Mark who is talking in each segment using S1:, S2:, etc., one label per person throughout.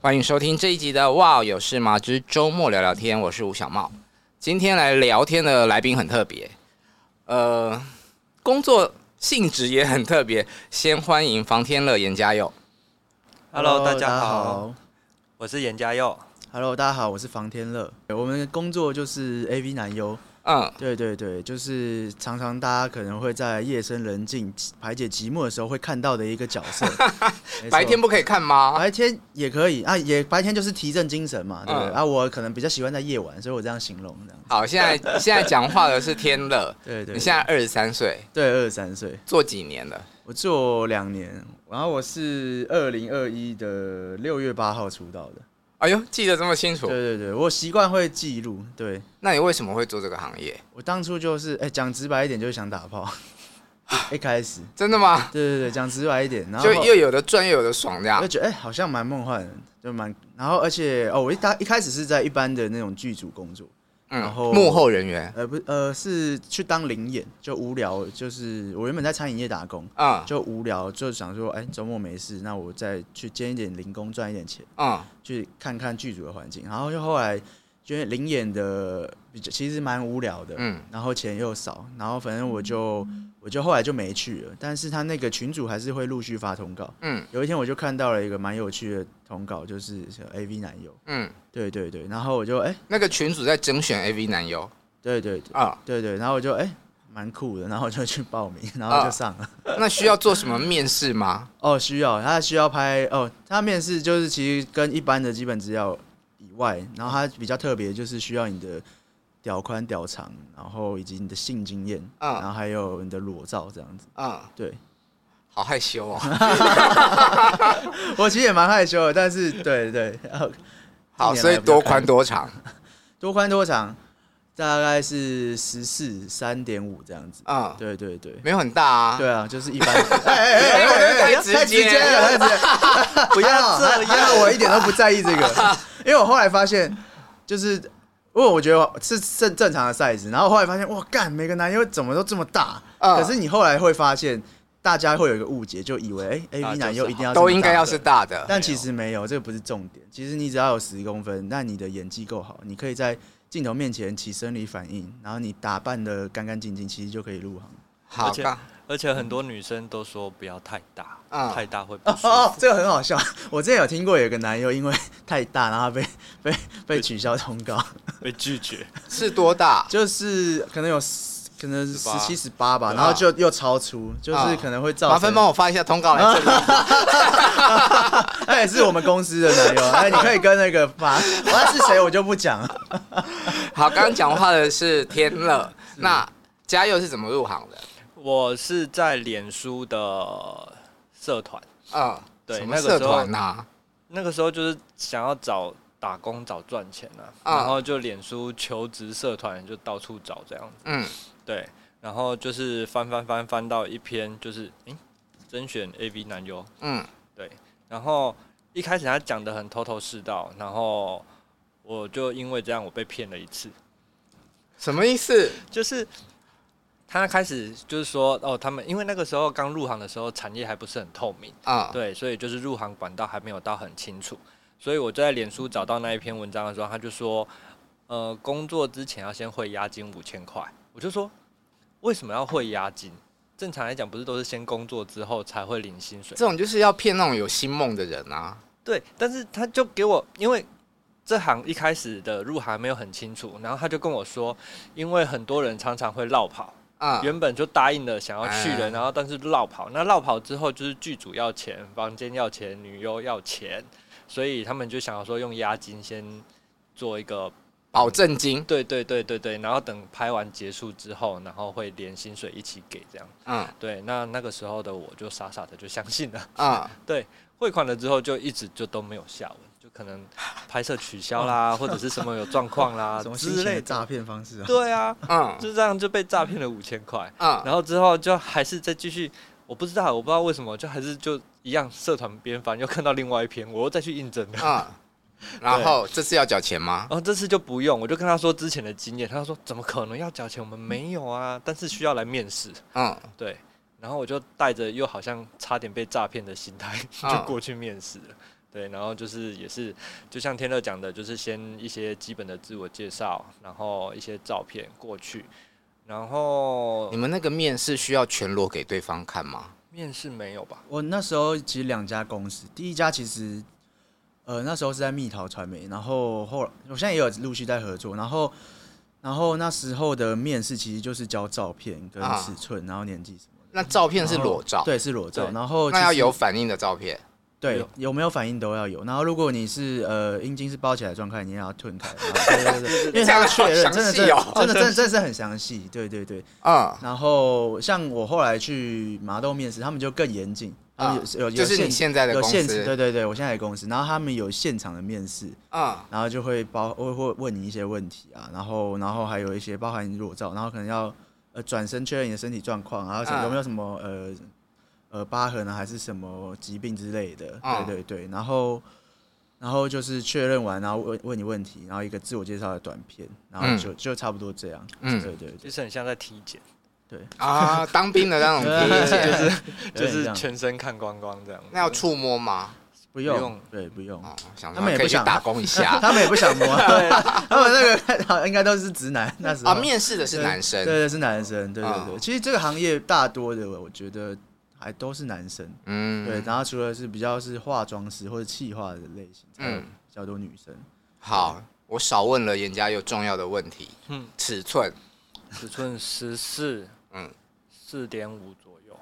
S1: 欢迎收听这一集的《哇哦有事吗之周末聊聊天》，我是吴小茂。今天来聊天的来宾很特别，呃，工作性质也很特别。先欢迎房天乐严家佑，
S2: Hello，大家好，。我是严家佑。
S3: Hello，大家好，我是房天乐。我们的工作就是 AV 男优，
S1: 嗯，
S3: 对对对，就是常常大家可能会在夜深人静排解寂寞的时候会看到的一个角 色。没错哎
S1: 白天不可以看吗？
S3: 白天也可以啊，也白天就是提振精神嘛，对不对？
S1: 嗯
S3: 啊，我可能比较喜欢在夜晚，所以我这样形容这样。
S1: 好，现 在现在讲话的是天乐，
S3: 对对，
S1: 你现在二十三岁，
S3: 对二十三岁，
S1: 做几年了？
S3: 我做两年，然后我是二零二一的六月八号出道的。
S1: 哎呦，记得这么清楚
S3: 对，对对，我习惯会记录。对
S1: 那你为什么会做这个行业？
S3: 我当初就是，哎、讲直白一点，就是想 打炮。一开始，
S1: 真的吗？
S3: 对对对，讲直白一点，然后
S1: 就又有的赚又有的爽这样
S3: 就，觉得哎、好像蛮梦幻的，就蛮，然后而且哦，我一大一开始是在一般的那种剧组工作，
S1: 嗯
S3: 然，后
S1: 幕后人员，
S3: 呃不呃是去当零演，就无聊，就是我原本在餐饮业打工，
S1: 嗯
S3: 就无聊，就想说哎周末没事，那我再去兼一点零工赚一点钱，
S1: 嗯，
S3: 去看看剧组的环境，然后又后来觉得零演的比较其实蛮无聊的，
S1: 嗯
S3: 然后钱又少，然后反正我就我就后来就没去了，但是他那个群主还是会陆续发通告，
S1: 嗯
S3: 有一天我就看到了一个蛮有趣的通告，就是 A V 男友，
S1: 嗯，
S3: 对对对，然后我就哎、
S1: 那个群主在甄选 AV 男优
S3: 对对对
S1: 啊，
S3: 对对，然后我就哎蛮、酷的，然后我就去报名，然后就上了。
S1: 那需要做什么面试吗？
S3: 哦，需要他需要拍哦，他面试就是其实跟一般的基本资料以外，然后他比较特别就是需要你的屌宽、屌长，然后以及你的性经验，
S1: 嗯
S3: 然后还有你的裸照这样子。
S2: 啊
S1: 嗯，
S3: 对
S1: 好害 羞哦。
S3: 我其实也蛮害羞的，但是对对，
S1: 好，
S3: 近年来
S1: 所以
S3: 比较
S1: 多
S3: 看
S1: 宽 多长？
S3: 多宽多长，大概是十四三点五这样子。
S2: 啊
S1: 嗯，
S3: 对对对，
S1: 没有很大啊。
S3: 对啊，就是一般。哎哎哎
S1: 哎
S3: 哎，
S1: 我觉得太直
S3: 太直
S1: 接
S3: 接了，太直接了，不要这样，我一点都不在意这个，因为我后来发现，就是因为我觉得是正正常的 size，然后后来发现，哇，干，每个男优怎么都这么大？
S1: 嗯
S3: 可是你后来会发现，大家会有一个误解，就以为哎
S2: 啊
S3: ，A V 男
S2: 就是
S3: 优一定要这么
S1: 都应该
S3: 大
S1: 要是大的。
S3: 但其实没有，这个不是重点。其实你只要有十公分，那你的演技够好，你可以在镜头面前起生理反应，然后你打扮的干干净净，其实就可以入行。
S1: 好
S2: 而且
S1: 看，
S2: 而且很多女生都说不要太大，
S1: 嗯
S2: 太大会不舒服。
S3: 哦，这个很好笑。我之前有听过有个男优因为太大，然后他被被被取消通告，
S2: 被拒绝。
S1: 是多大？
S3: 就是可能有10可能十
S2: 18
S3: 七十八吧，
S2: 对啊
S3: 然后就又超出，就
S1: 啊
S3: 是可能会造成。
S1: 麻烦帮我发一下通告来这 里。
S3: 他也是我们公司的男优，哎，你可以跟那个发，我他是谁我就不讲了。
S1: 好，刚刚讲话的是天乐，那嘉佑是怎么入行的？
S2: 我是在脸书的社团，
S1: 嗯，
S2: 啊对
S1: 什么
S2: 那个
S1: 社
S2: 时候
S1: 团啊呐？
S2: 那个时候就是想要找打工、找赚钱啊，
S1: 嗯
S2: 然后就脸书求职社团就到处找这样子。
S1: 嗯
S2: 对，然后就是翻翻翻翻到一篇，就是诶甄选 AV 男优，
S1: 嗯
S2: 然后一开始他讲的很头头是道，然后我就因为这样我被骗了一次。
S1: 什么意思？
S2: 就是他开始就是说，哦，他们因为那个时候刚入行的时候，产业还不是很透明，
S1: 嗯，
S2: 对，所以就是入行管道还没有到很清楚，所以我在脸书找到那一篇文章的时候，他就说，呃，工作之前要先汇押金五千块，我就说，为什么要汇押金？正常来讲，不是都是先工作之后才会领薪水？
S1: 这种就是要骗那种有星梦的人啊。
S2: 对，但是他就给我，因为这行一开始的入行没有很清楚，然后他就跟我说，因为很多人常常会绕跑，
S1: 啊，
S2: 原本就答应了想要去
S1: 哎
S2: 的，然后但是绕跑，那绕跑之后就是剧组要钱，房间要钱，女优要钱，所以他们就想要说用押金先做一个，
S1: 保证金，
S2: 对对对对对，然后等拍完结束之后，然后会连薪水一起给这样。
S1: 嗯
S2: 对，那那个时候的我就傻傻的就相信了，
S1: 嗯，
S2: 汇款了之后就一直就都没有下文，就可能拍摄取消啦，或者是什么有状况啦
S3: 什么
S2: 啊
S3: 新
S2: 之
S3: 型
S2: 类
S3: 的
S2: 的。
S3: 诈骗方式啊？
S2: 对啊，
S1: 嗯
S2: 就这样就被诈骗了五千块，
S1: 嗯，
S2: 然后之后就还是再继续，我不知道，我不知道为什么，就还是就一样社团编番，又看到另外一篇，我又再去应征了。
S1: 嗯，然后这次要缴钱吗？
S2: 然后这次就不用，我就跟他说之前的经验，他说怎么可能要缴钱？我们没有啊，但是需要来面试。
S1: 嗯，
S2: 对，然后我就带着又好像差点被诈骗的心态
S1: 嗯
S2: 就过去面试了。对，然后就是也是，就像天乐讲的，就是先一些基本的自我介绍，然后一些照片过去，然后
S1: 你们那个面试需要全裸给对方看吗？
S2: 面试没有吧？
S3: 我那时候其实两家公司，第一家其实，呃，那时候是在蜜桃传媒，然后后来我现在也有陆续在合作，然后，然后那时候的面试其实就是交照片跟
S1: 啊
S3: 尺寸，然后年纪什么
S1: 那照片
S3: 的，
S1: 是裸照，
S3: 哦对，是裸照，
S2: 对
S3: 然后
S1: 那要
S3: 其实
S1: 有反应的照片。
S3: 对
S2: 有
S3: 有没有反应都要有，然后如果你是呃阴茎是包起来的状态，你也要吞开， 然后对对对，因为他要确认，真的
S1: 这
S3: 真
S1: 样好
S3: 的
S1: 详细哦
S3: 真的真的真的是很详细，对对对，
S1: 嗯，
S3: 然后像我后来去麻豆面试，他们就更严谨，他们有、有有
S1: 啊就是你
S3: 现
S1: 现在的
S3: 有
S1: 公
S3: 现场，对
S1: 司。
S3: 对对，我现在的公司，然后他们有现场的面试，
S1: 嗯
S3: 然后就会包会会问你一些问题啊，然后然后还有一些包含裸照，然后可能要呃转身确认你的身体状况，然后什么
S1: 嗯
S3: 有没有什么呃呃疤痕啊，还是什么疾病之类的，
S1: 嗯
S3: 对对对，然后然后就是确认完，然后问问你问题，然后一个自我介绍的短片，然后就、就差不多这样，
S1: 嗯
S3: 对对对
S2: 其，实很像在体检，
S1: 啊，当兵的 那种体检，
S2: 就
S3: 有点这
S2: 是
S3: 样
S2: 全身看光光这样。
S1: 那要触摸吗？
S3: 不
S2: 用
S3: 用，对不用。
S1: 哦，想
S3: 他们
S1: 说
S3: 也
S1: 可以
S3: 不
S1: 去
S3: 想
S1: 打工一下
S3: 他们也不想摸， 他们那个好应该都是直 男那时候。
S1: 啊。面试的是男
S3: 对
S1: 生，
S3: 对是男生，对对
S1: 嗯
S3: 对。其实这个行业大多的我觉得还都是男生，
S1: 嗯，
S3: 对。然后除了是比较是化妆师或者气化的类型，才有
S1: 嗯
S3: 比较多女生。
S1: 好，我少问了人家有重要的问题。嗯
S2: 嗯，
S1: 尺寸
S2: 尺寸十四，
S1: 嗯
S2: 嗯，四点五左右，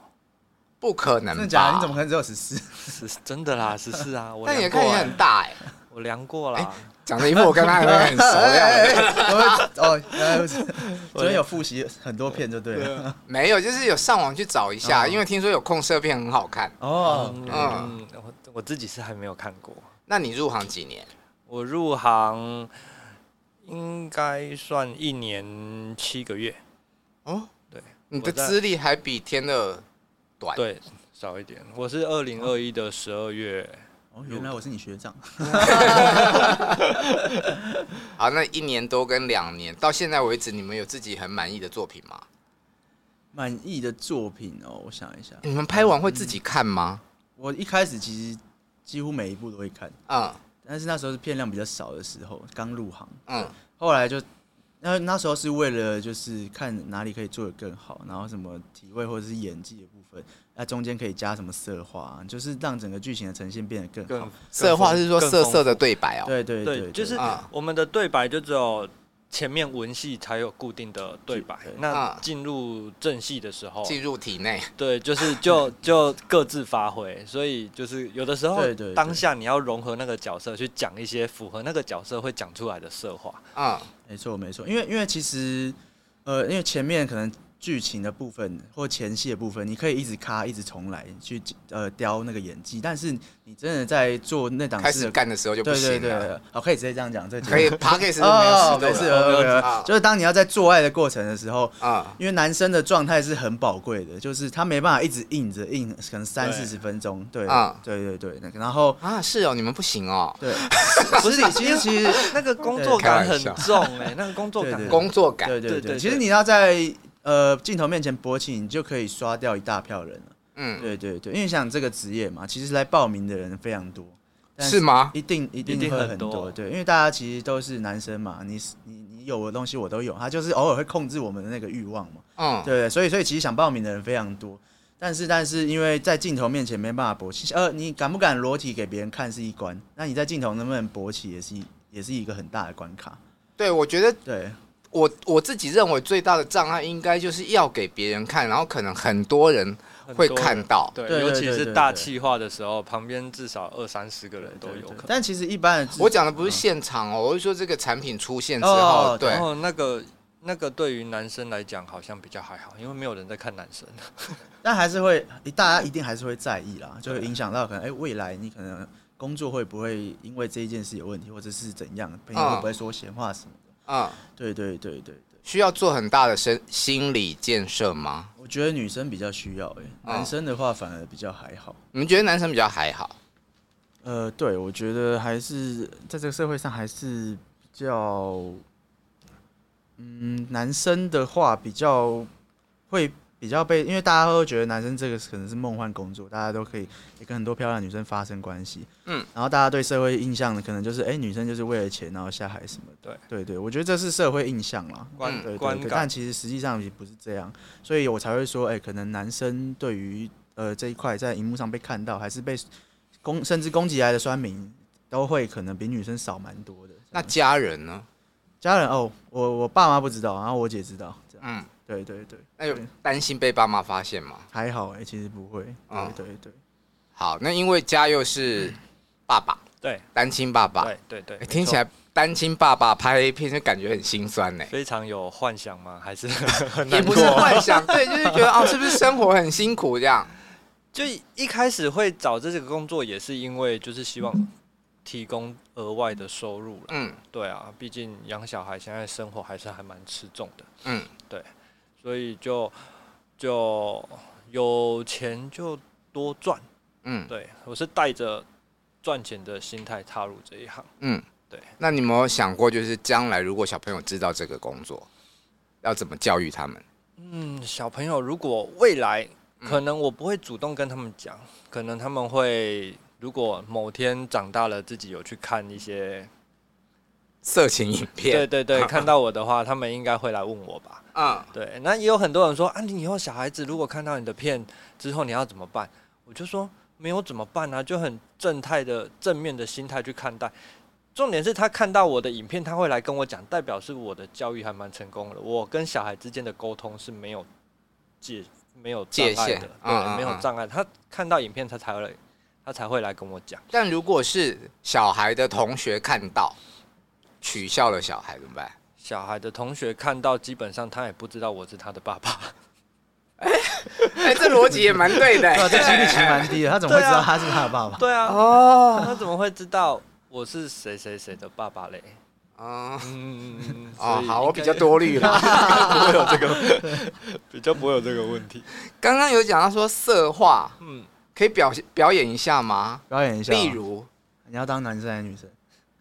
S1: 不可能
S3: 真的假
S1: 吧？
S3: 的？你怎么可能只有 十四？
S2: 是真的啦，十四 啊，我
S1: 但也
S2: 量
S1: 看起
S2: 过
S1: 来
S2: 欸
S1: 很，大哎，
S2: 我量过啦。
S1: 讲的一副我跟他很熟的样 子。
S3: 我会哦，原 来不是昨天有复习很多片就对了。
S1: 没有，就是有上网去找一下，
S3: 哦
S1: 因为听说有控色片很好看。
S3: 哦，
S2: 嗯，
S1: 嗯
S2: 我我自己是还没有看过。
S1: 那你入行几年？
S2: 我入行应该算一年七个月，
S1: 你的
S2: 我在
S1: 资历还比天乐短。
S2: 对，少一点。我是二零二一的十二月，
S3: 哦，原来我是你学长。
S1: 好，那一年多跟两年到现在为止，你们有自己很满意的作品吗？
S3: 满意的作品哦，我想一下，
S1: 你们拍完会自己看吗？
S3: 我一开始其实几乎每一部都会看，
S1: 嗯
S3: 但是那时候是片量比较少的时候，刚入行。
S1: 嗯
S3: 后来就，那那时候是为了就是看哪里可以做得更好，然后什么体位或者是演技的部分，那中间可以加什么色化啊、就是让整个剧情的呈现变得更好。
S2: 更
S1: 色话是说
S2: 更
S1: 色
S2: 丰
S1: 色的对白哦。
S3: 对对
S2: 对
S3: 对，
S2: 就是
S1: 啊
S2: 我们的对白就只有前面文戏才有固定的对白
S3: 对，
S2: 那
S1: 啊
S2: 进入正戏的时候，
S1: 进入体内，
S2: 对，就是 就就各自发挥，所以就是有的时候
S3: 对对对
S2: 当下你要融合那个角色去讲一些符合那个角色会讲出来的色话，
S1: 嗯
S3: 没错没错，因为因为其实，呃，因为前面可能剧情的部分或前戏的部分，你可以一直卡一直重来去呃雕那个演技，但是你真的在做那档
S1: 开
S3: 事
S1: 始
S3: 的
S1: 干的时候就不
S3: 对对
S1: 行
S3: 对
S1: 了。，
S3: 哦，可以直接这样讲，这
S1: 可以 p a c k 是没
S3: 哦
S1: 有
S3: 没
S1: 事
S3: 事，
S1: 的了。
S3: 没事
S1: 啊
S3: 就是当你要在做爱的过程的时候，
S1: 啊
S3: 因为男生的状态是很宝贵的，就是他没办法一直硬着硬，可能三
S2: 对
S3: 四十分钟，对
S1: 啊，
S3: 对对对，那个然后
S1: 啊，是哦，你们不行哦，
S3: 对，不是，其实其实
S2: 那个工作感很
S1: 开玩
S2: 重哎、那个工作感
S3: 对
S2: 很
S1: 工作感。
S3: 对对
S2: 对
S3: 对，
S2: 对
S3: 其实
S2: 对
S3: 你要在呃镜头面前勃起，你就可以刷掉一大票人了。
S1: 嗯，
S3: 对对对，因为想这个职业嘛，其实来报名的人非常多，但
S1: 是吗？
S3: 一定一定
S2: 定
S3: 会
S2: 很
S3: 很
S2: 多
S3: 多，对，因为大家其实都是男生嘛，你你你有的东西我都有，他就是偶尔会控制我们的那个欲望嘛，
S1: 嗯，
S3: 对所以所以其实想报名的人非常多，但是但是因为在镜头面前没办法勃起，呃，你敢不敢裸体给别人看是一关，那你在镜头能不能勃起也是一也是一个很大的关卡。
S1: 对，我觉得
S3: 对，
S1: 我我自己认为最大的障碍应该就是要给别人看，然后可能很多人
S2: 很
S1: 会
S2: 多
S1: 看
S2: 人。
S1: 到。
S2: 对，
S3: 对
S2: 尤
S3: 对
S2: 其
S3: 对
S2: 是
S3: 对
S2: 大
S3: 对
S2: 气化的时候，旁边至少二三十个人都
S3: 对
S2: 有
S3: 对
S2: 可能。
S3: 但其实一般的制，
S1: 我讲的不是现场哦，我是说这个产品出现之
S3: 嗯哦
S1: 后，对
S2: 然，后那个那个对于男生来讲好像比较还好，因为没有人在看男生。
S3: 但还是会，大家一定还是会在意啦，就会影响到可能，哎、未来你可能工作会不会因为这一件事有问题，或者是怎样，朋友会
S1: 啊
S3: 不会说闲话什么的？
S1: 嗯，
S3: 对对对对对，
S1: 需要做很大的身心理建设吗？
S3: 我觉得女生比较需要、哎，
S1: 哦
S3: 男生的话反而比较还好。
S1: 你们觉得男生比较还好？
S3: 呃，对，我觉得还是在这个社会上还是比较，嗯，男生的话比较会比较被，因为大家都觉得男生这个可能是梦幻工作，大家都可以跟很多漂亮的女生发生关系，
S1: 嗯，
S3: 然后大家对社会印象可能就是，哎，女生就是为了钱然后下海什么的，对对，我觉得这是社会印象啦，
S2: 观
S1: 嗯
S3: 对对
S2: 观
S3: 对，
S2: 感
S3: 但其实实际上也不是这样，所以我才会说，哎、可能男生对于呃这一块在荧幕上被看到，还是被攻甚至攻击来的酸民，都会可能比女生少蛮多的。
S1: 那家人呢？
S3: 家人哦，我我爸妈不知道，然后我姐知道，这样
S1: 嗯，
S3: 对对对，
S1: 那有
S3: 对
S1: 担心被爸妈发现吗？
S3: 还好哎、其实不会，
S1: 哦
S3: 对 对对，
S1: 好，那因为家佑是爸爸，
S2: 对
S1: 单亲爸爸，
S2: 对对对，
S1: 欸
S2: 没
S1: 听起
S2: 错
S1: 来单亲爸爸拍一片就感觉很心酸呢。
S2: 非常有幻想吗？还是 很
S1: 也
S2: 难
S1: 不是
S2: 过？
S1: 幻想，对，就是觉得哦，是不是生活很辛苦这样？
S2: 就一开始会找这个工作，也是因为就是希望提供额外的收入了。
S1: 嗯
S2: 对啊，毕竟养小孩现在生活还是还蛮吃重的，
S1: 嗯，
S2: 所以就就有钱就多赚。
S1: 嗯
S2: 对我是带着赚钱的心态踏入这一行。
S1: 嗯，
S2: 对。
S1: 那你有没有想过，就是将来如果小朋友知道这个工作，要怎么教育他们？
S2: 嗯，小朋友如果未来可能我不会主动跟他们讲，可能他们会如果某天长大了自己有去看一些，
S1: 色情影
S2: 对
S1: 片，
S2: 对对，看到我的话，他们应该会来问我吧。
S1: 嗯，
S2: 对，那也有很多人说啊，你以后小孩子如果看到你的片之后，你要怎么办？我就说没有怎么办啊，就很正态的正面的心态去看待。重点是他看到我的影片，他会来跟我讲，代表是我的教育还蛮成功的。我跟小孩之间的沟通是没有界没有障
S1: 界
S2: 碍
S1: 限
S2: 的，对，
S1: 嗯嗯
S2: 没有
S1: 嗯
S2: 障碍。他看到影片，他才会来他才会来跟我讲。
S1: 但如果是小孩的同学看到取笑了小孩怎么 办？
S2: 小孩的同学看到，基本上他也不知道我是他的爸爸。
S1: 哎、这逻辑也蛮对的、欸
S3: 对啊，这几率其实蛮低的，他怎么会知道
S2: 对啊
S3: 他是他的爸爸？
S2: 对啊，
S1: 哦，
S2: 他怎么会知道我是谁谁谁的爸爸嘞？
S1: 嗯，
S2: 嗯，
S1: 哦，好，我比较多虑 了。
S2: 不会有这个， 比较不会有这个问题。
S1: 刚刚有讲到说色话，
S2: 嗯，
S1: 可以表现表演一下吗？
S3: 表演一下，哦
S1: 例如，
S3: 你要当男生还是女生？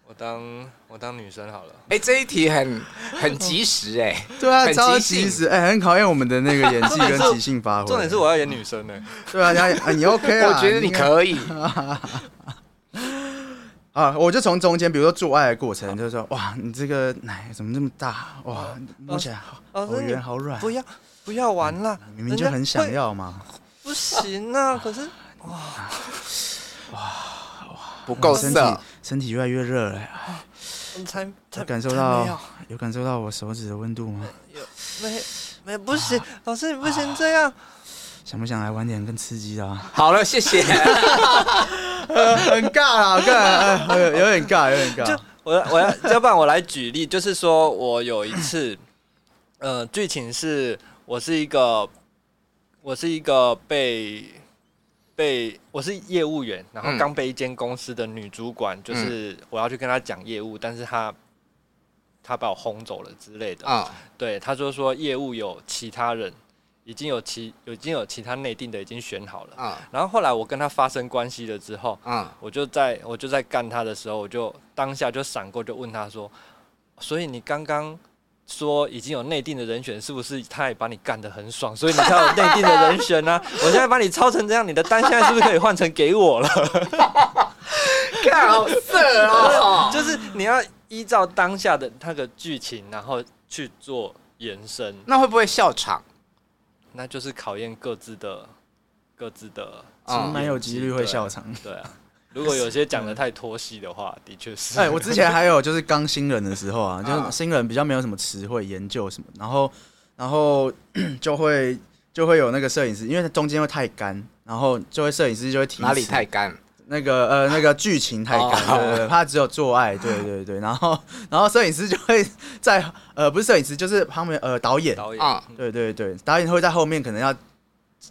S2: 我当我当女生好了。
S1: 哎、这一题很很及时哎、
S3: 对啊，
S1: 很
S3: 超
S1: 即兴
S3: 及时，哎、很考验我们的那个演
S2: 重
S3: 技
S2: 点
S3: 跟
S2: 是
S3: 即兴发挥。
S2: 重点是我要演女生 呢、
S3: 对啊，你要啊你 OK 啊？
S1: 我觉得你
S3: 应该
S1: 可 以。
S3: 啊，我就从中间，比如说做爱的过程，就是说，哇，你这个奶怎么这么大？哇，摸起来好
S2: 老
S3: 好
S2: 师
S3: 圆好软，
S2: 不要不要玩啦，
S3: 明明就很想，要嘛。
S2: 不行啊。可是
S1: 不够
S3: 身体
S1: 色，
S3: 身体越来越热了，哎
S2: 我才才
S3: 有感受
S2: 才
S3: 到
S2: 没有
S3: 有感受到我手指的温度吗？
S2: 没没不行，老师你不行这样。
S3: 想不想来玩点更刺激的啊？
S1: 好了，谢 谢。
S3: 很尬啊，尬，哎有有点尬，有点
S1: 啊
S3: 尬
S2: 就。我要我要，要不然我来举例，就是说我有一 次，呃，剧情是我是一个，我是一个被被我是业务员，然后
S1: 嗯
S2: 刚被一间公司的女主管，就是我要去跟她讲业务，但是她她把我轰走了之类的。
S1: 啊、
S2: 对，她就说业务有其他人，已经有其已经有其他内定的已经选好了。
S1: 嗯
S2: 然后后来我跟她发生关系了之后，
S1: 嗯
S2: 我就在我就在干他的时候，我就当下就闪过，就问他说：“所以你刚刚说已经有内定的人选，是不是他也把你干得很爽，所以你才有内定的人选呢、啊我现在把你抄成这样，你的单现在是不是可以换成给我了？
S1: 看好色哦。
S2: 就是你要依照当下的那个剧情，然后去做延伸，
S1: 那会不会笑场？
S2: 那就是考验各自的各自的
S1: 嗯
S3: 蛮有几率会笑场。
S2: 对啊，如果有些讲的太拖戏的话，的确是。
S3: 哎、我之前还有就是刚新人的时候啊，就是新人比较没有什么词汇研究什么，然后然后 就会就会有那个摄影师，因为它中间会太干，然后就会摄影师就会提
S1: 哪里
S3: 词
S1: 太干？
S3: 那个呃那个剧情太干，
S1: 哦
S3: 对对对，怕只有做爱，对对对，然后然后摄影师就会在呃不是摄影师就是旁边呃导演，
S2: 导演
S1: 啊
S3: 对对对，导演会在后面可能要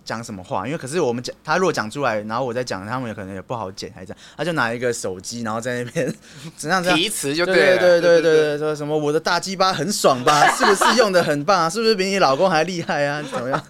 S3: 讲什么话，因为可是我们讲他如果讲出来，然后我再讲，他们可能也不好剪，还是这样，他就拿一个手机，然后在那边 怎样怎样。
S1: 提词就
S3: 对
S1: 对
S3: 对
S1: 了。
S3: 对对对对，说什么我的大鸡巴很爽吧？ 是不是用的很棒啊？是不是比你老公还厉害啊？怎么样？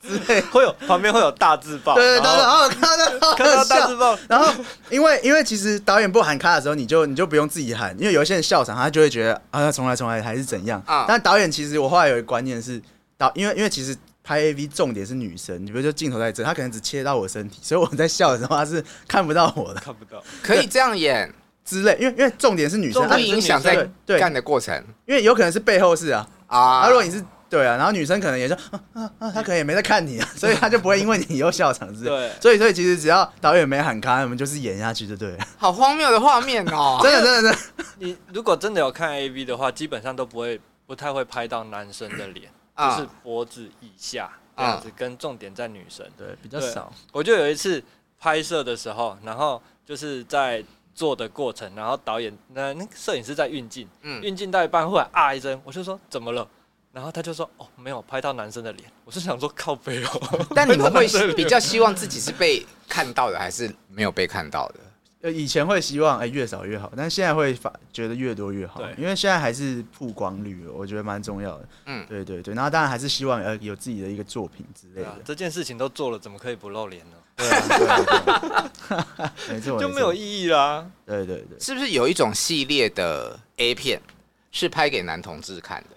S3: 之类的。
S2: 会有旁边会有大字报，
S3: 对对对
S2: 然
S3: 对，
S2: 后
S3: 哦，看到
S2: 看到
S3: 看
S2: 大字报，
S3: 然后，因为因为其实导演不喊卡的时候，你就你就不用自己喊，因为有一些人笑场，他就会觉得啊，重来重来还是怎样。
S1: 啊
S3: 但导演其实我后来有一个观念是，导因为因为其实拍 AV 重点是女生，你比如说镜头在这，他可能只切到我身体，所以我在笑的时候他是看不到我的
S2: 看不到。
S1: 可以这样演，
S3: 之类，因为因为重点是女生，
S2: 重
S1: 不
S2: 点
S3: 啊、
S1: 影响在
S3: 对对
S1: 干的过程
S3: 因为有可能是背后是啊，啊，
S1: 啊
S3: 如。果你是。对啊，然后女生可能也说，啊啊啊，她可能也没在看你啊， 所以她就不会因为你又笑场之类。
S2: 对
S3: 所以所以其实只要导演没喊卡，我们就是演下去就 对了。
S1: 好荒谬的画面哦！
S3: 真的真的真的，
S2: 你如果真的有看 A V 的话，基本上都不会不太会拍到男生的脸，就
S1: 啊
S2: 是脖子以下这
S1: 啊
S2: 样子，跟重点在女生。
S3: 对，比
S2: 较少。我就有一次拍摄的时候，然后就是在做的过程，然后导演那那个摄影师在运镜，
S1: 嗯
S2: 运镜到一半忽然啊一声，我就说怎么了？然后他就说哦没有拍到男生的脸，我是想说靠背哦，
S1: 但你们会
S2: 真的
S1: 比较希望自己是被看到的，还是没有被看到的？
S3: 呃，以前会希望哎、越少越好，但现在会发觉得越多越好
S2: 对，
S3: 因为现在还是曝光率，我觉得蛮重要的。
S1: 嗯
S3: 对对对，然后当然还是希望呃有自己的一个作品之类
S2: 对 啊
S3: 的，。
S2: 这件事情都做了，怎么可以不露脸呢？
S3: 对啊对啊对啊，没错，
S2: 就
S3: 错
S2: 没有意义啦。
S3: 对对对，
S1: 是不是有一种系列的 A 片是拍给男同志看的？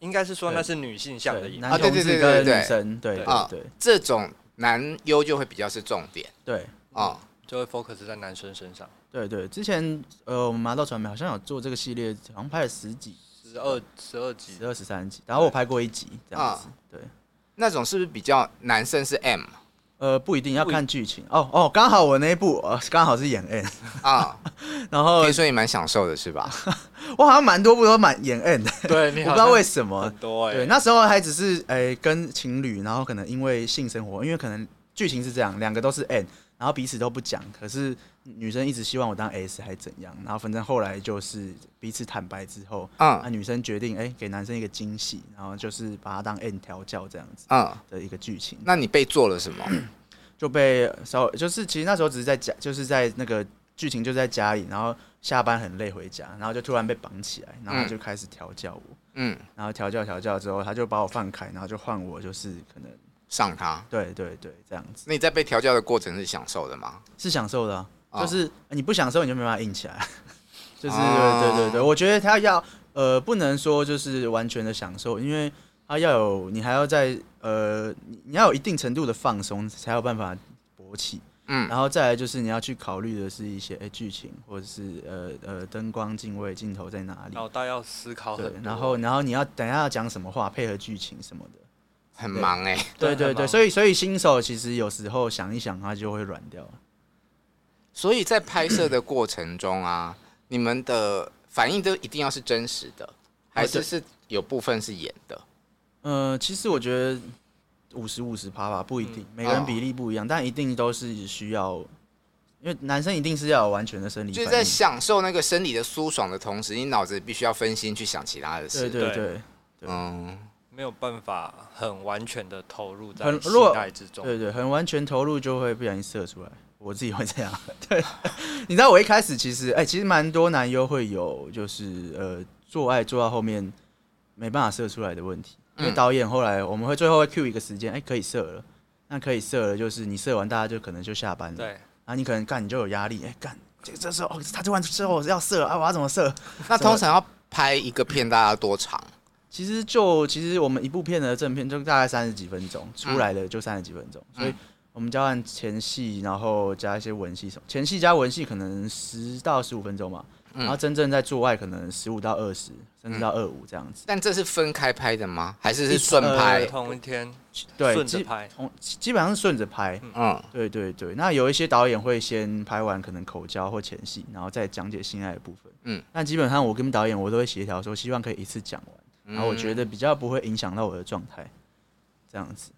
S2: 应该是说那是女性向的
S3: 对
S2: 影
S3: 男
S2: 片，
S3: 同
S1: 对对
S3: 志
S1: 对
S3: 跟
S1: 对
S3: 女生，对对
S1: 啊
S3: 对
S1: 这种男优就会比较是重点
S3: 对
S1: 啊、
S2: 就会 focus 在男生身上。
S3: 对对，之前呃我们麻豆传媒好像有做这个系列，好像拍了十几、
S2: 十二十二集
S3: 十，二、十三集，然后我拍过一集这样子，对。
S1: 那种是不是比较男生是 M
S3: 呃，不一定要
S2: 不一
S3: 看剧情哦哦，刚好我那一部呃刚好是演 N，
S1: 啊？
S3: 然后
S1: 听说你蛮享受的是吧？
S3: 我好像蛮多部都蛮演 N 的，
S2: 对，
S3: 我
S2: 你
S3: 不知道为什么
S2: 很。多哎、
S3: 对，那时候还只是诶、跟情侣，然后可能因为性生活，因为可能剧情是这样，两个都是 N，然后彼此都不讲，可是女生一直希望我当 S 还怎样，然后反正后来就是彼此坦白之后，那
S1: 嗯
S3: 女生决定诶、给男生一个惊喜，然后就是把他当 N 调教这样子
S1: 嗯，
S3: 的一个剧情，
S1: 那你被做了什么？
S3: 就被稍微就是其实那时候只是在家，就是在那个剧情就在家里，然后下班很累回家，然后就突然被绑起来，然后他就开始调教我。
S1: 嗯，
S3: 然后调教调教之后，他就把我放开，然后就换我，就是可能
S1: 上他。
S3: 对对对这样子
S1: 那你在被调教的过程是享受的吗？
S3: 是享受的啊、
S1: 哦
S3: 就是你不享受你就没办法硬起来，就是、
S1: 哦
S3: 对对对对，我觉得他要呃不能说就是完全的享受，因为他要有你还要在呃你你要有一定程度的放松才有办法勃起，
S1: 嗯
S3: 然后再来就是你要去考虑的是一些哎剧情或者是呃呃灯光镜位镜头在哪里，
S2: 脑袋要思考哦很
S3: 对
S2: 多，，
S3: 然后然后你要等一下要讲什么话配合剧情什么的。
S1: 很忙哎、
S3: 对对
S2: 很
S3: 对，
S2: 忙
S3: 所以所以新手其实有时候想一想，他就会软掉。
S1: 所以在拍摄的过程中 啊，你们的反应都一定要是真实的，还是
S3: 哦对
S1: 是有部分是演的？
S3: 呃，其实我觉得五十五十趴吧，不一定，
S2: 嗯
S3: 每个人比例不一
S2: 哦
S3: 样，但一定都是需要，因为男生一定是要有完全的生理
S1: 就是
S3: 反
S1: 在
S3: 应。
S1: 享受那个生理的舒爽的同时，你脑子必须要分心去想其他的事。
S3: 对对
S2: 对
S3: 对
S1: 嗯，
S2: 没有办法很完全的投入在
S3: 很
S2: 期待之中。
S3: 对对，很完全投入就会不小心射出来，我自己会这样。 对，你知道我一开始其实哎、其实蛮多男优会有就是呃做爱做到后面没办法射出来的问题，因为
S1: 嗯
S3: 导演后来我们会最后会 Q 一个时间，哎、可以射了。那可以射了，就是你射完，大家就可能就下班了。
S2: 对，
S3: 然后你可能干你就有压力，哎、干这这时候、哦、他突然之后要射了啊，我要怎么射？
S1: 那通常要拍一个片大概多长？
S3: 其实就其实我们一部片的正片就大概三十几分钟，出来的就三十几分钟，
S1: 嗯
S3: 所以我们交换前戏，然后加一些文戏什么，前戏加文戏可能十到十五分钟嘛，然后真正在做爱可能十五到二十，甚至到二五这样子。
S1: 但这是分开拍的吗？还是是顺拍
S3: 哎？
S2: 呃同一天
S3: 对，
S2: 顺着
S3: 基
S2: 拍，
S3: 从基本上是顺着拍。
S1: 嗯，
S3: 对对对，那有一些导演会先拍完可能口交或前戏，然后再讲解性爱的部分。
S1: 嗯
S3: 嗯，但基本上我跟导演我都会协调说，希望可以一次讲
S1: 嗯
S3: 完，然后我觉得比较不会影响到我的状态，这样子。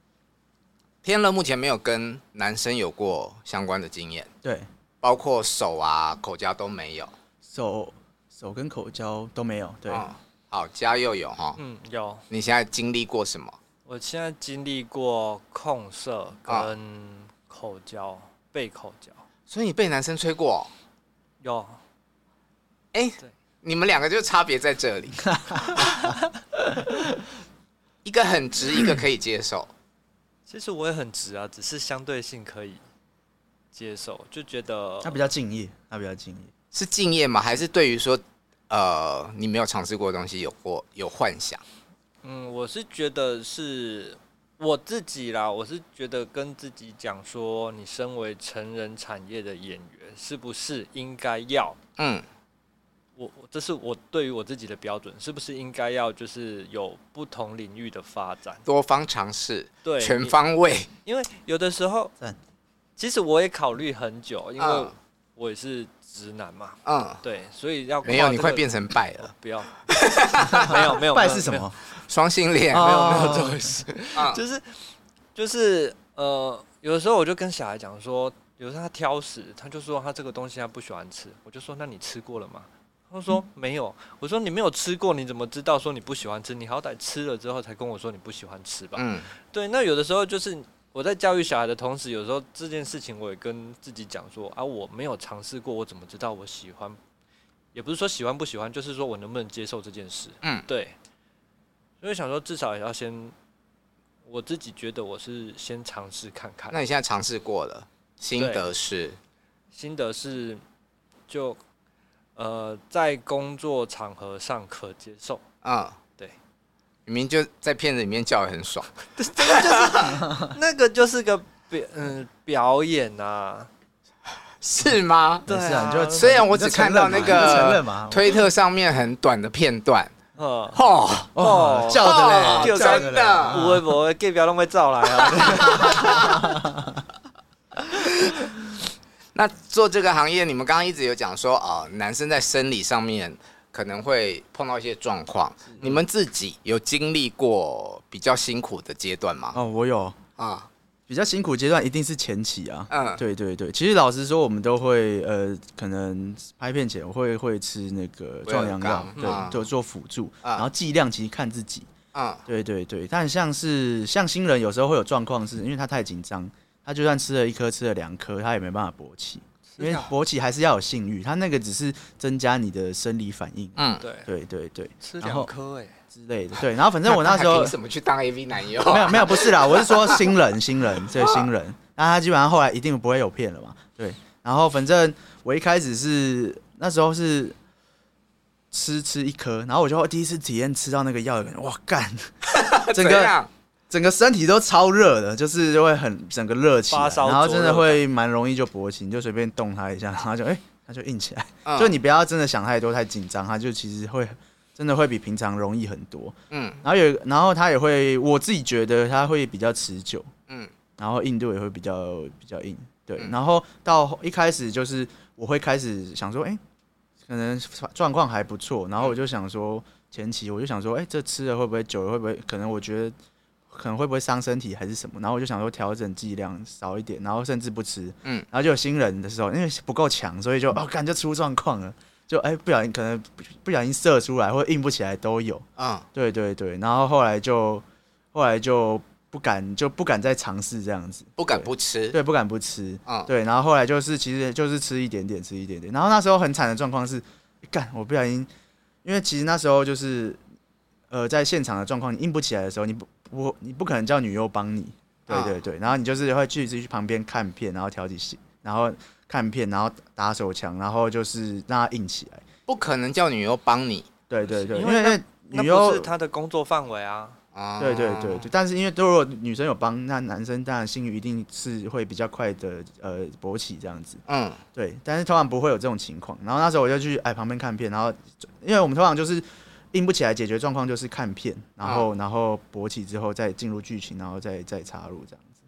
S1: 天乐目前没有跟男生有过相关的经验，
S3: 对，
S1: 包括手啊、口交都没有。
S3: 手手跟口交都没有。对，
S1: 嗯好，嘉佑有哈，
S2: 嗯，有。
S1: 你现在经历过什么？
S2: 我现在经历过控色
S3: 啊
S2: 跟口交，被口交
S1: 所以你被男生吹过哦、
S2: 有
S1: 你们两个就差别在这 里，一个很直，一个可以接受。
S2: 其实我也很直啊，只是相对性可以接受，就觉得
S3: 他比较敬业，他比较敬业。
S1: 是敬业吗？还是对于说，呃，你没有尝试过的东西有过有幻想？
S2: 嗯，我是觉得是我自己啦，我是觉得跟自己讲说，你身为成人产业的演员，是不是应该要
S1: 嗯，
S2: 我我这是我对于我自己的标准，是不是应该要就是有不同领域的发展？
S1: 多方尝试，
S2: 对，
S1: 全
S2: 你
S1: 方位。
S2: 因为有的时候
S3: 赞，
S2: 其实我也考虑很久，因为
S1: 嗯
S2: 我也是直男嘛，
S1: 嗯，
S2: 对，所以要跨
S1: 没有，
S2: 这
S1: 你快
S2: 个
S1: 变成败了，
S2: 不要， 没有没有，
S3: 拜
S2: 没有
S3: 是什？
S2: 没有
S3: 么？
S1: 双性恋。
S2: 没有没有
S3: 哦
S2: 这回事，
S1: 嗯
S2: 就是就是呃，有的时候我就跟小孩讲说，有时候他挑食，他就说他这个东西他不喜欢吃，我就说那你吃过了吗？他说没有，我说你没有吃过，你怎么知道说你不喜欢吃？你好歹吃了之后才跟我说你不喜欢吃吧。
S1: 嗯，
S2: 对，那有的时候就是我在教育小孩的同时，有时候这件事情我也跟自己讲说啊，我没有尝试过，我怎么知道我喜欢？也不是说喜欢不喜欢，就是说我能不能接受这件事。
S1: 嗯
S2: 对。所以想说，至少也要先，我自己觉得我是先尝试看
S3: 啊
S2: 看。
S1: 那你现在尝试过了，心得是，
S2: 心得是就，呃，在工作场合上可接受，
S1: 嗯，
S2: 对，
S1: 明明就在片子里面叫得很爽。
S2: 那个就是个表嗯表演啊，
S1: 是吗？
S2: 对
S3: 没事啊，
S2: 啊
S3: 你就
S1: 虽然我
S3: 你就
S1: 只
S3: 承
S1: 看到那
S3: 认嘛你就承认
S1: 个
S3: 嘛，
S1: 推特上面很短的片段，
S2: 嗯，
S1: 哦，
S3: 哦叫
S1: 哦
S3: 的嘞，
S2: 就
S3: 叫的
S1: 真的
S3: 嘞。
S2: 不会不会，给表都会照来啊。
S1: 那做这个行业，你们刚刚一直有讲说，哦，男生在生理上面可能会碰到一些状况，
S3: 嗯
S1: 你们自己有经历过比较辛苦的阶段吗？
S3: 哦，我有
S1: 啊，
S3: 比较辛苦阶段，一定是前期啊。
S1: 嗯，
S3: 对对对，其实老实说，我们都会呃，可能拍片前我会会吃那个壮阳药
S1: 胃，
S3: 对，
S1: 药
S3: 就做辅助，
S1: 啊
S3: 然后剂量其实看自己。
S1: 嗯，
S3: 对对对，但像是像新人有时候会有状况，是因为他太紧张，他就算吃了一颗，吃了两颗，他也没办法勃起，因
S1: 啊
S3: 为勃起还是要有性欲，他那个只是增加你的生理反应。
S1: 嗯，
S2: 对，
S3: 对对对
S2: 吃
S3: 然后
S2: 两颗哎，
S3: 之类的，对。然后反正我那时
S1: 他
S3: 候
S1: 凭什么去当 AV 男优？
S3: 没有没有，不是啦，我是说新人，新人，对新人。那他基本上后来一定不会有骗了嘛？对。然后反正我一开始是那时候是吃吃一颗，然后我就第一次体验吃到那个药，哇干，整
S1: 怎
S3: 个
S1: 样
S3: 整个身体都超热的，就是就会很整个热起来
S2: 发，烧
S3: 然后
S2: 灼
S3: 真的
S2: 热
S3: 会蛮容易就勃起，你就随便动它一下，然后就哎、它就硬起来。
S1: 嗯
S3: 就你不要真的想太多，太紧张，它就其实会真的会比平常容易很多。
S1: 嗯
S3: 然后有，然后它也会，我自己觉得它会比较持久，
S1: 嗯
S3: 然后硬度也会比较比较硬，对。
S1: 嗯
S3: 然后到一开始就是我会开始想说，哎、可能状况还不
S1: 嗯
S3: 错，然后我就想说，前期我就想说，哎、这吃了会不会久了会不会？可能我觉得可能会不会伤身体还是什么？然后我就想说调整剂量少一点，然后甚至不吃，
S1: 嗯
S3: 嗯。然后就有新人的时候，因为不够强，所以就哦，感觉出状况了。就哎、不小心可能不不小心射出来或硬不起来都有，
S1: 嗯，
S3: 对对对，然后后来就后来就不敢就不敢再尝试这样子，
S1: 不敢不吃，
S3: 对，不敢不吃，
S2: 啊
S1: 嗯
S3: 对，然后后来就是其实就是吃一点点，吃一点点，然后那时候很惨的状况是，干，我不小心，因为其实那时候就是呃在现场的状况，你硬不起来的时候，你不不你不可能叫女优帮你，对
S1: 啊
S3: 对对，然后你就是会去自己去旁边看片，然后调起戏，然后看片，然后打手枪，然后就是让它硬起来，
S1: 不可能叫女优帮你，
S3: 对对对，
S2: 因
S3: 因
S2: 为
S3: 为
S2: 那不
S3: 女优
S2: 是他的工作范围啊，
S1: 啊
S3: 对对对对，但是因为如果女生有帮，那男生当然性欲一定是会比较快的呃勃起这样子。
S1: 嗯，
S3: 对，但是通常不会有这种情况。然后那时候我就去哎旁边看片，然后因为我们通常就是硬不起来，解决状况就是看片，然后、然后勃起之后再进入剧情，然后再再插入这样子。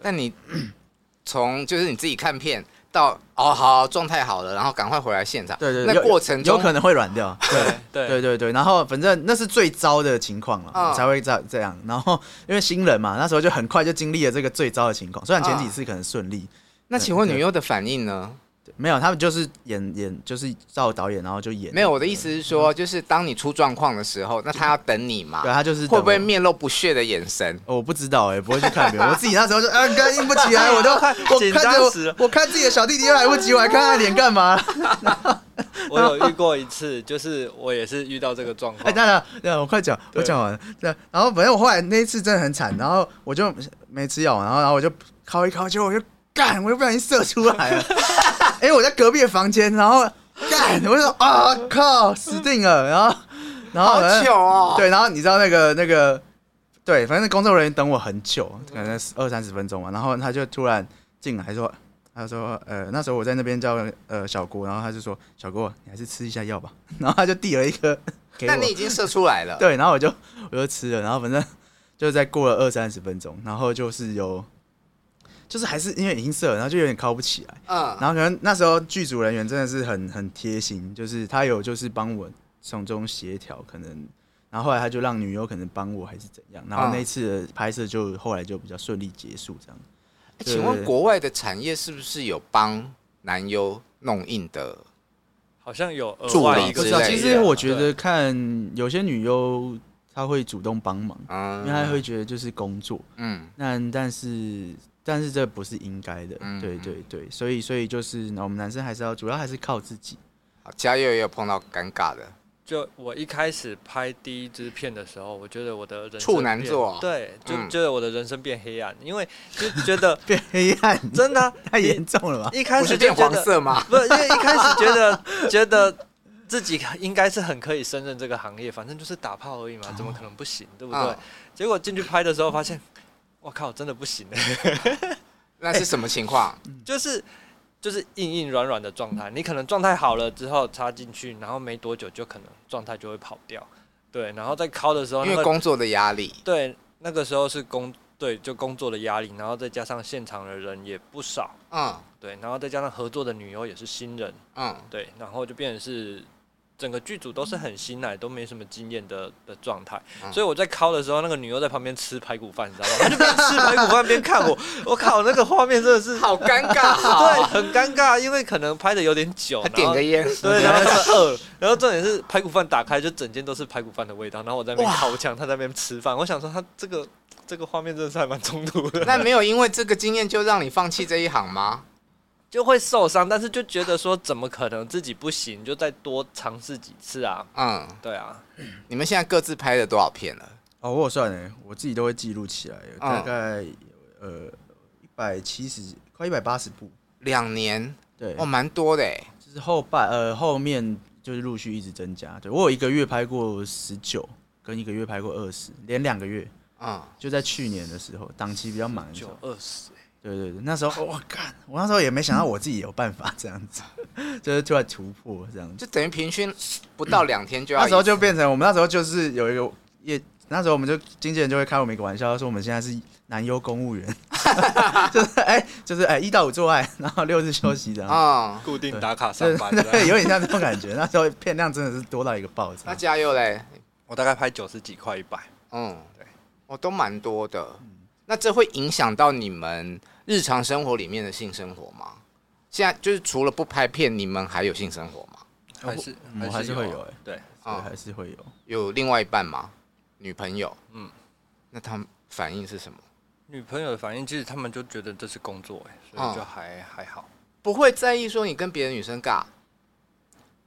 S1: 但你从就是你自己看片到哦好状态好了，然后赶快回来现场，
S3: 对对，
S1: 那
S3: 有
S1: 过程
S3: 有
S1: 中
S3: 可能会软掉。
S2: 对 对
S3: 对啊对对，然后反正那是最糟的情况了，
S1: 嗯
S3: 才会这这样。然后因为新人嘛，那时候就很快就经历了这个最糟的情况。虽然前几次可能顺利，
S1: 那请问女优的反应呢？
S3: 没有，他们就是演演，就是照导演，然后就演。
S1: 没有，我的意思是说，就是当你出状况的时候，那她要等你嘛
S3: 嗯对，？他就是
S1: 会不会
S3: 等我？
S1: 面露不屑的眼神？
S3: 哦我不知道哎、不会去看别 人。我自己那时候就啊，干硬不起来，我都我
S2: 紧
S3: 看
S2: 张
S3: 着
S2: 死了
S3: 我我看自己的小弟弟又来不及，我还看他脸干嘛？
S2: 我有遇过一次，就是我也是遇到这个状
S3: 哎，
S2: 况。
S3: 等等等等，我快讲，我
S2: 对
S3: 讲完了。对，然后反正我后来那一次真的很惨，然后我就没吃药，然后然后我就敲一敲，结果我就干，我就不小心射出来了。哎、我在隔壁的房间，然后干，我就说啊靠，死定了。然后然后
S1: 好
S3: 反正
S1: 糗哦！，
S3: 对，然后你知道那个那个，对，反正工作人员等我很久，可能二三十分钟嘛，然后他就突然进来说，他说，呃，那时候我在那边叫呃小郭，然后他就说，小郭，你还是吃一下药吧， 然后他就递了一颗给我
S1: 但，你已经射出来了，
S3: 对，然后我就我就吃了，然后反正就在过了二三十分钟，然后就是有，就是还是因为已经射了，然后就有点靠不起来。
S1: 嗯，
S3: 然后可能那时候剧组人员真的是很很贴心，就是他有就是帮我从中协调，可能然后后来他就让女优可能帮我还是怎样，然
S2: 啊
S3: 后那一次的拍摄就后来就比较顺利结束这样。
S1: 欸请问国外的产业是不是有帮男优弄硬的？
S2: 好像有额
S1: 助
S2: 外
S3: 啊
S1: 理
S2: 一
S1: 之
S2: 个
S1: 类
S2: 职
S1: 的
S2: 业，
S3: 其实我觉
S2: 对
S3: 得看有些女优她会主动帮忙，因
S1: 嗯，
S3: 为她会觉得就是工作，
S1: 嗯
S3: 那但是但是这不是应该的，
S1: 嗯
S3: 对对对，所以所以就是我们男生还是要主要还是靠自己。
S1: 好嘉佑也有碰到尴尬的，
S2: 就我一开始拍第一支片的时候，我觉得我的人生
S1: 处男
S2: 变
S1: 座
S2: 对，就
S1: 嗯
S2: 觉得我的人生变黑暗，因为就觉得
S3: 变黑 暗，
S2: 真 的啊
S3: 太严重了吧？
S2: 一开
S1: 不
S2: 始
S1: 是
S2: 就
S1: 变
S2: 觉
S1: 黄
S2: 得
S1: 色吗？
S2: 不是，因为一开始觉得 觉得自己应该是很可以胜任这个行业，反正就是打炮而已嘛，怎么可能不行，对不对？
S1: 嗯
S2: 结果进去拍的时候发现，我靠，真的不 行、欸，
S1: 那是什么情况？
S2: 就是。就是硬硬软软的状态，你可能状态好了之后插进去，然后没多久就可能状态就会跑掉，对，然后在敲的时候，
S1: 因
S2: 那个
S1: 为工作的压力，
S2: 对，那个时候是工对，就工作的压力，然后再加上现场的人也不少，
S1: 嗯
S2: 对，然后再加上合作的女优也是新人，
S1: 嗯，
S2: 对，然后就变成是整个剧组都是很新来，都没什么经验的的状态，
S1: 嗯
S2: 所以我在敲的时候，那个女优在旁边吃排骨饭，你知道吗？她就边吃排骨饭边看 我，我靠，那个画面真的是
S1: 好尴尬，
S2: 对，
S1: 好，
S2: 很尴尬，因为可能拍的有点久，
S1: 他
S2: 然
S1: 点
S2: 后
S1: 个烟，
S2: 对，然后 就饿了，然后重点是排骨饭打开就整间都是排骨饭的味道，然后我在那边
S1: 哇
S2: 烤墙，他在那边吃饭，我想说他这个这个画面真的是还蛮冲突的，
S1: 那没有因为这个经验就让你放弃这一行吗？
S2: 就会受伤，但是就觉得说怎么可能自己不行，就再多尝试几次啊，
S1: 嗯，
S2: 对啊，
S1: 你们现在各自拍了多少片了？
S3: 哦，我有算哎，我自己都会记录起来，
S1: 嗯
S3: 大概呃一百七十快一百八十部，
S1: 两年，
S3: 对，
S1: 哦，蛮多的欸，
S3: 就是后半呃后面就是陆续一直增加。对我有一个月拍过十九，跟一个月拍过二十，连两个月，
S1: 嗯，
S3: 就在去年的时候，档期比较满的时
S2: 九
S3: 候，
S2: 二十，
S3: 对对对，那时候我干，我那时候也没想到我自己有办法这样子， 就是突然突破这样子。
S1: 就等于平均不到两天就要
S3: 那
S1: 一次，
S3: 时候就变成我们那时候就是有一个业，那时候我们就经纪人就会开我们一个玩笑，说我们现在是男优公务员， 就是哎、就是哎、一到五做爱，然后六日休息这样。
S1: 嗯，
S2: 固定打卡上
S3: 对
S2: 班，
S3: 对，有 点像这种感觉。那时候片量真的是多到一个爆
S1: 那
S3: 炸。
S1: 加油嘞，
S2: 我大概拍九十几块一百，
S1: 嗯，
S2: 对，
S1: 哦，都蛮多的。那这会影响到你们日常生活里面的性生活吗？现在就是除了不拍片，你们还有性生活吗？
S2: 还是
S3: 嗯我还是会有
S2: 啊
S3: 哎
S2: 对，
S3: 对，
S1: 啊、
S3: 还是会有。
S1: 有另外一半吗？女朋友？嗯
S2: 嗯，
S1: 那他们反应是什么？
S2: 女朋友的反应其实他们就觉得这是工作哎、所
S3: 啊
S1: 嗯
S2: 以就还还好，
S1: 不会在意说你跟别的女生尬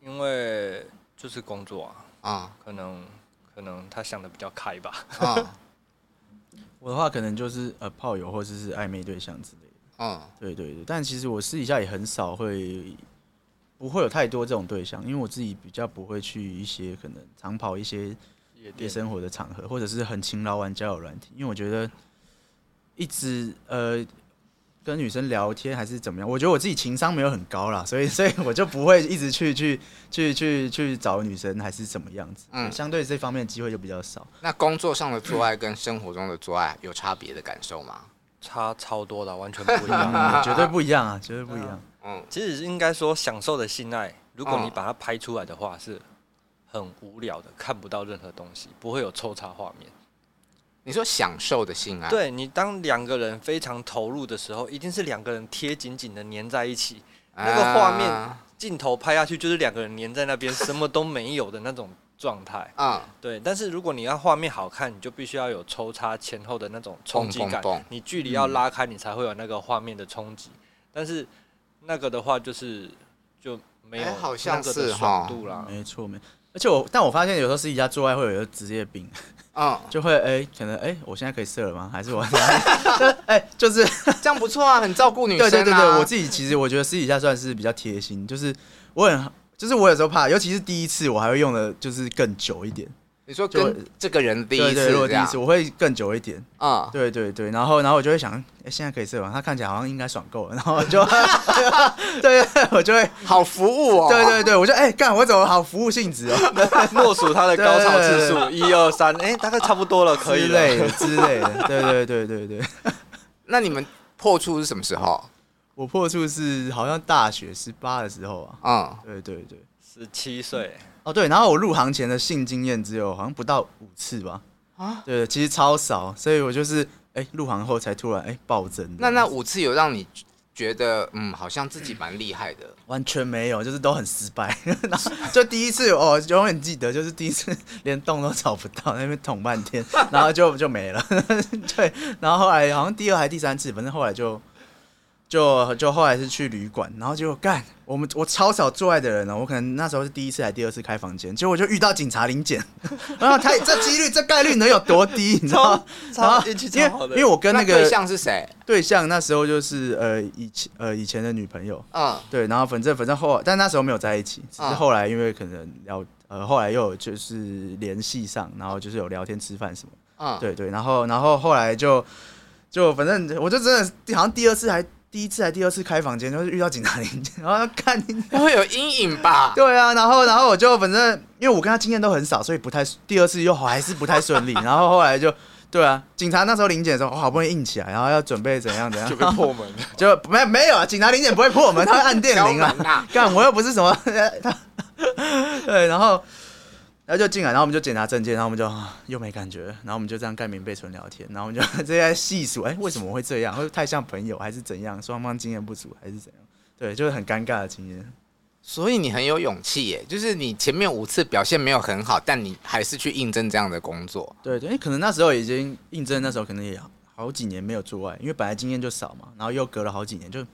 S2: 因为就是工作啊，
S1: 啊
S2: 可能可能他想的比较开吧。
S1: 啊
S3: 我的话可能就是呃炮友或者是暧昧对象之类的。
S1: 嗯
S3: 对对对，但其实我私底下也很少会，不会有太多这种对象，因为我自己比较不会去一些可能长跑一些
S2: 夜
S3: 夜
S2: 店
S3: 生活的场合，或者是很勤劳玩交友软体，因为我觉得一直呃跟女生聊天还是怎么样，我觉得我自己情商没有很高啦，所以所以我就不会一直去去去去去找女生还是怎么样子，
S1: 嗯
S3: 相对这方面的机会就比较少。
S1: 那工作上的做爱跟生活中的做爱有差别的感受吗？
S2: 差超多的，完全不一样。
S3: 嗯绝对不一样啊，绝对不一样。
S1: 嗯，
S2: 其实应该说，享受的性爱，如
S3: 啊
S2: 果你
S1: 嗯
S2: 把它拍出来的话，是很无聊的，看不到任何东西，不会有抽插画面。
S1: 你说享受的性爱，，
S2: 对你，当两个人非常投入的时候，一定是两个人贴紧紧的粘在一起，那个画面
S1: 啊
S2: 镜头拍下去就是两个人粘在那边，什么都没有的那种状态。
S1: 嗯，
S2: 对，但是如果你要画面好看，你就必须要有抽插前后的那种冲击感，
S1: 蹦蹦蹦
S2: 你距离要拉开，你才会有那个画面的冲击。但是那个的话，就是就没有
S1: 哎好像
S2: 那个
S1: 是
S2: 的
S1: 哈
S2: 爽度啦。
S3: 没错没，而且我但我发现有时候私底下做爱会有一个职业病，
S1: 嗯，
S3: 就会哎、可能哎、我现在可以射了吗？还 是我就哎、就是
S1: 这样不错啊，很照顾女生
S3: 对
S1: 啊。
S3: 对对对，我自己其实我觉得私底下算是比较贴心，就是我很就是我有时候怕，尤其是第一次，我还会用的就是更久一点。
S1: 你说跟
S3: 就
S1: 这个人第一次
S3: 对对，如果
S1: 这
S3: 第一
S1: 样，
S3: 次我会更久一点。
S1: 嗯，
S3: 对对对，然后然后我就会想，哎，现在可以射完，他看起来好像应该爽够了， 然后我就对对，我就会
S1: 好服务哦。
S3: 对对对，我就哎干，我怎么好服务性质 哦
S2: 默数它的高潮次数，一二三，哎，大概差不多了，可以
S3: 之
S2: 了。
S3: 类的之类的，对对对对对。
S1: 那你们破处是什么时候？
S3: 我破处是好像大学十八的时候啊，
S1: 嗯，
S3: 对对对，
S2: 十七岁，
S3: 哦对，然后我入行前的性经验只有好像不到五次吧，
S1: 啊
S3: 啊，对，其实超少，所以我就是哎、入行后才突然哎、暴增，
S1: 那那五次有让你觉得嗯，好像自己蛮厉害的，
S3: 完全没有，就是都很失败， 然后就第一次哦，永远记得就是第一次连洞都找不到，在那边捅半 天，然后就就没了， 对，然后后来好像第二还第三次，反正后来就。就就后来是去旅馆，然后结果干，我们我超少做爱的人呢，哦我可能那时候是第一次还第二次开房间，结果我就遇到警察临检， 然后他这几率这概率能有多低，你知道吗？
S2: 超
S3: 然后
S2: 运气
S3: 因为
S2: 超好的
S3: 因为我跟那个
S1: 对象是谁？
S3: 对象那时候就是呃以前呃以前的女朋友，
S1: 嗯，
S3: 对，然后反正反正后，但那时候没有在一起，只是
S1: 嗯
S3: 后来因为可能聊，呃，后来又有就是联系上，然后就是有聊天、吃饭什么，
S1: 嗯，
S3: 对对，然后然后后来就就反正我就真的好像第二次还第一次还第二次开房间，就是遇到警察临检，然后看你，
S1: 那会有阴影吧？
S3: 对啊，然后然后我就反正因为我跟他经验都很少，所以不太第二次又还是不太顺利，然后后来就。对啊，警察那时候临检的时候，我好不容易硬起来，然后要准备怎样 怎样，
S2: 破门了。
S3: 就没没有啊，警察临检不会破门，他会按电铃啊
S1: 敲门啊。
S3: 干，我又不是什么 他，对，然后然后就进来，然后我们就检查证件，然后我们就啊又没感觉，然后我们就这样盖棉被纯聊天，然后我们就这些细数，哎、为什么会这样？会不会太像朋友，还是怎样？双方经验不足，还是怎样？对，就是很尴尬的经验。
S1: 所以你很有勇气耶，就是你前面五次表现没有很好，但你还是去应征这样的工作。
S3: 对对，因为可能那时候已经应征，那时候可能也好好几年没有做爱，因为本来经验就少嘛，然后又隔了好几年，就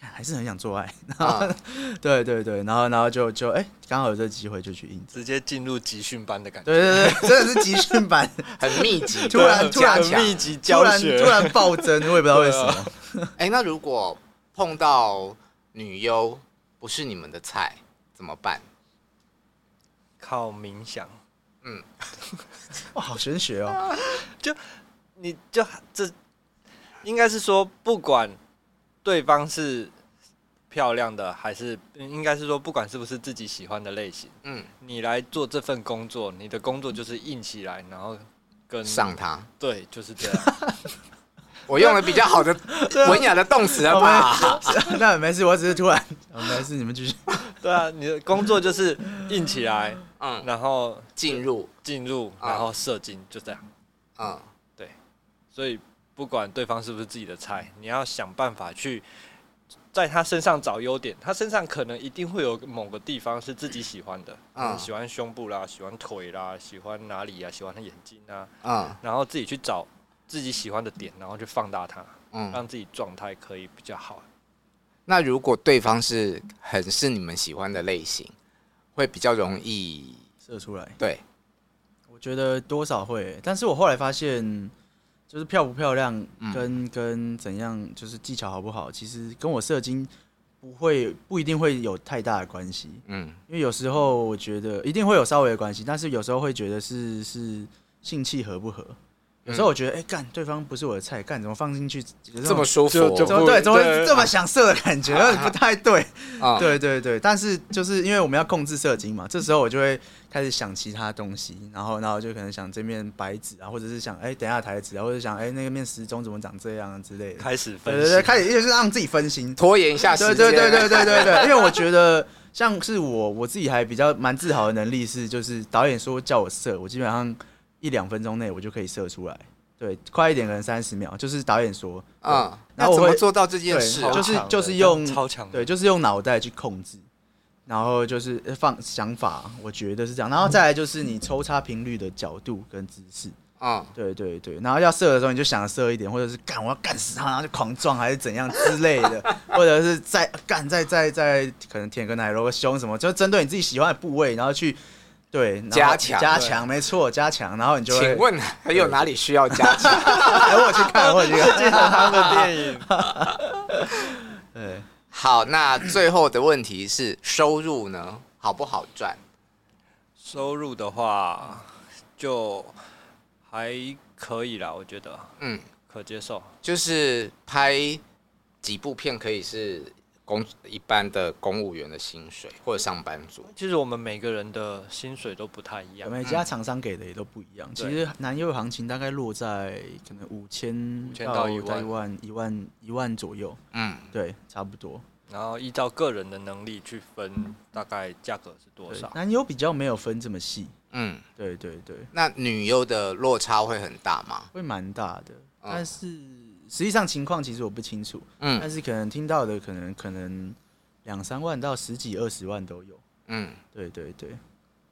S3: 还是很想做爱。 然后、
S1: 嗯
S3: 对对对，然后然后就就哎，刚、好有这个机会就去应 征。
S2: 直接进入集训班的感觉，
S3: 对对对，真的是集训版，
S1: 很密集，
S3: 突然
S1: 很
S3: 突
S1: 加
S3: 然
S2: 很
S1: 强
S2: 密集
S3: 突
S2: 教
S3: 然
S2: 学，
S3: 突然暴增，我也不知道为什么。
S1: 哎、那如果碰到女优不是你们的菜怎么办？
S2: 靠冥想，
S3: 哇，好玄学哦！
S2: 你就这应该是说，不管对方是漂亮的，还是应该是说，不管是不是自己喜欢的类型，
S1: 嗯，
S2: 你来做这份工作，你的工作就是硬起来，然后跟
S1: 上他。
S2: 对，就是这 样。
S1: 我用了比较好的文雅的动词了吧？
S3: 那没事，我只是突然，哦没事，你们继续。
S2: 对啊，你的工作就是硬起来，
S1: 嗯，
S2: 然后
S1: 进入，
S2: 进入，
S1: 啊
S2: 然后射精，就这样。
S1: 嗯，
S2: 所以不管对方是不是自己的菜，你要想办法去在他身上找优点。他身上可能一定会有某个地方是自己喜欢的，
S1: 嗯
S3: 啊
S2: 嗯，喜欢胸部啦，喜欢腿啦，喜欢哪里呀、喜欢他眼睛啊，
S1: 嗯，
S2: 然后自己去找自己喜欢的点，然后去放大它，
S1: 嗯。
S2: 让自己状态可以比较好。
S1: 那如果对方是很是你们喜欢的类型，会比较容易
S3: 射出来，
S1: 对，
S3: 我觉得多少会，但是我后来发现，就是漂不漂亮
S1: 嗯
S3: 跟、跟怎样，就是技巧好不好，其实跟我射精不会不一定会有太大的关系，
S1: 嗯，
S3: 因为有时候我觉得一定会有稍微的关系，但是有时候会觉得是是性气合不合。有时候我觉得，哎、干对方不是我的菜，干怎么放进去
S1: 这么舒服哦，
S2: 就
S3: 怎么
S2: 不
S3: 对，怎么会
S2: 对
S3: 这么想射的感觉，有点不太对。
S1: 啊，
S3: 对对对，但是就是因为我们要控制射精嘛，这时候我就会开始想其他东西，然后然后就可能想这面白纸啊，或者是想哎、等一下台子啊，或者想哎、那个面时钟怎么长这样啊之类的。
S2: 开始分
S3: 对
S2: 析。
S3: 对对，开始就是让自己分心。
S1: 拖延一下时
S3: 对
S1: 间，
S3: 对对对对对对，因为我觉得像是我 我自己还比较蛮自豪的能力是，就是导演说叫我射，我基本上一两分钟内我就可以射出来，对，快一点可能三十秒，就是导演说，
S1: 嗯，那
S3: 然后我
S1: 怎
S3: 会
S1: 么做到这件事啊？
S2: 超
S3: 对，就是
S2: 强的
S3: 就是用
S2: 超强的
S3: 对，就是用脑袋去控制，然后就是呃放想法，我觉得是这样，然后再来就是你抽插频率的角度跟姿势，
S1: 嗯，
S3: 对对对，然后要射的时候你就想射一点，或者是干我要干死他，然后就狂撞还是怎样之类的，或者是再干再再再可能舔个奶揉个胸什么，就针对你自己喜欢的部位，然后去对然后
S1: 加强
S3: 加强，没错加强，然后你就会
S1: 请 问还有哪里需要加强？
S3: 哎我有去看我有去
S2: 记得
S3: 看，
S2: 他的电影，
S3: 对，
S1: 好，那最后的问题是收入呢，好不好赚？
S2: 收入的话就还可以啦，我觉得
S1: 嗯，
S2: 可接受。
S1: 就是拍几部片可以是公一般的公务员的薪水或者上班族。
S2: 其实我们每个人的薪水都不太一样，
S3: 每家厂商给的也都不一样。其实南优行情大概落在可能五千
S2: 5000到
S3: 一
S2: 一万
S3: 万一万一万左右，
S1: 嗯，
S3: 对，差不多。
S2: 然后依照个人的能力去分，大概价格是多
S3: 对
S2: 少，？
S3: 南优比较没有分这么细，
S1: 嗯，
S3: 对对对。
S1: 那女优的落差会很大吗？
S3: 会蛮大的，
S1: 嗯
S3: 但是实际上情况其实我不清楚，
S1: 嗯
S3: 但是可能听到的可能可能两三万到十几二十万都有，
S1: 嗯，
S3: 对对对，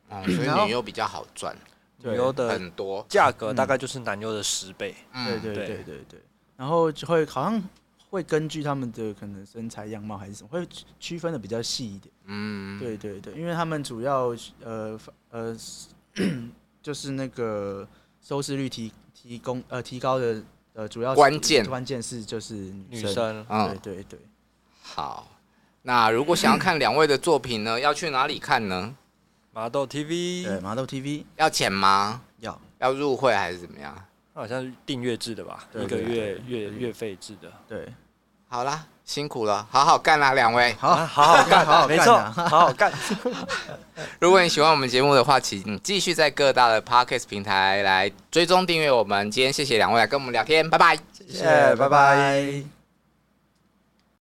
S1: 哦，所
S3: 嗯然后
S1: 以女优比较好赚
S3: 对
S2: 旅游的
S1: 很多。
S2: 价格大概就是男优的十倍。
S3: 对
S1: 嗯，
S3: 对
S2: 对
S3: 对对对，然后就会好像会根据他们的可能身材样貌还是什么，会区区分的比较细一点，
S1: 嗯，
S3: 对对对，因为他们主要呃呃 就是那个收视率提提供呃提高的呃主要是
S1: 关键
S3: 关键是就是女
S2: 女
S3: 生，
S2: 生
S3: 对
S1: 嗯，
S3: 对对。
S1: 好。那如果想要看两位的作品呢，要去哪里看呢？
S2: 麻豆
S3: 对，
S2: TV
S3: 麻豆 TV
S1: 要钱吗？
S3: 要
S1: 要入会还是怎么样？
S2: 好像是订阅制的吧，
S3: 对
S2: 一个
S3: 对
S2: 月月月费制的。
S3: 对，
S1: 好啦，辛苦了，好好干啦，两位。
S3: 好
S2: 啊好好干，
S3: 好好
S2: 没
S3: 干
S2: 错，
S3: 啊
S2: 好好干。
S1: 如果你喜欢我们节目的话，请继续在各大的 podcast 平台来追踪订阅我们。今天谢谢两位来跟我们聊天，拜拜。
S3: 谢谢，拜拜。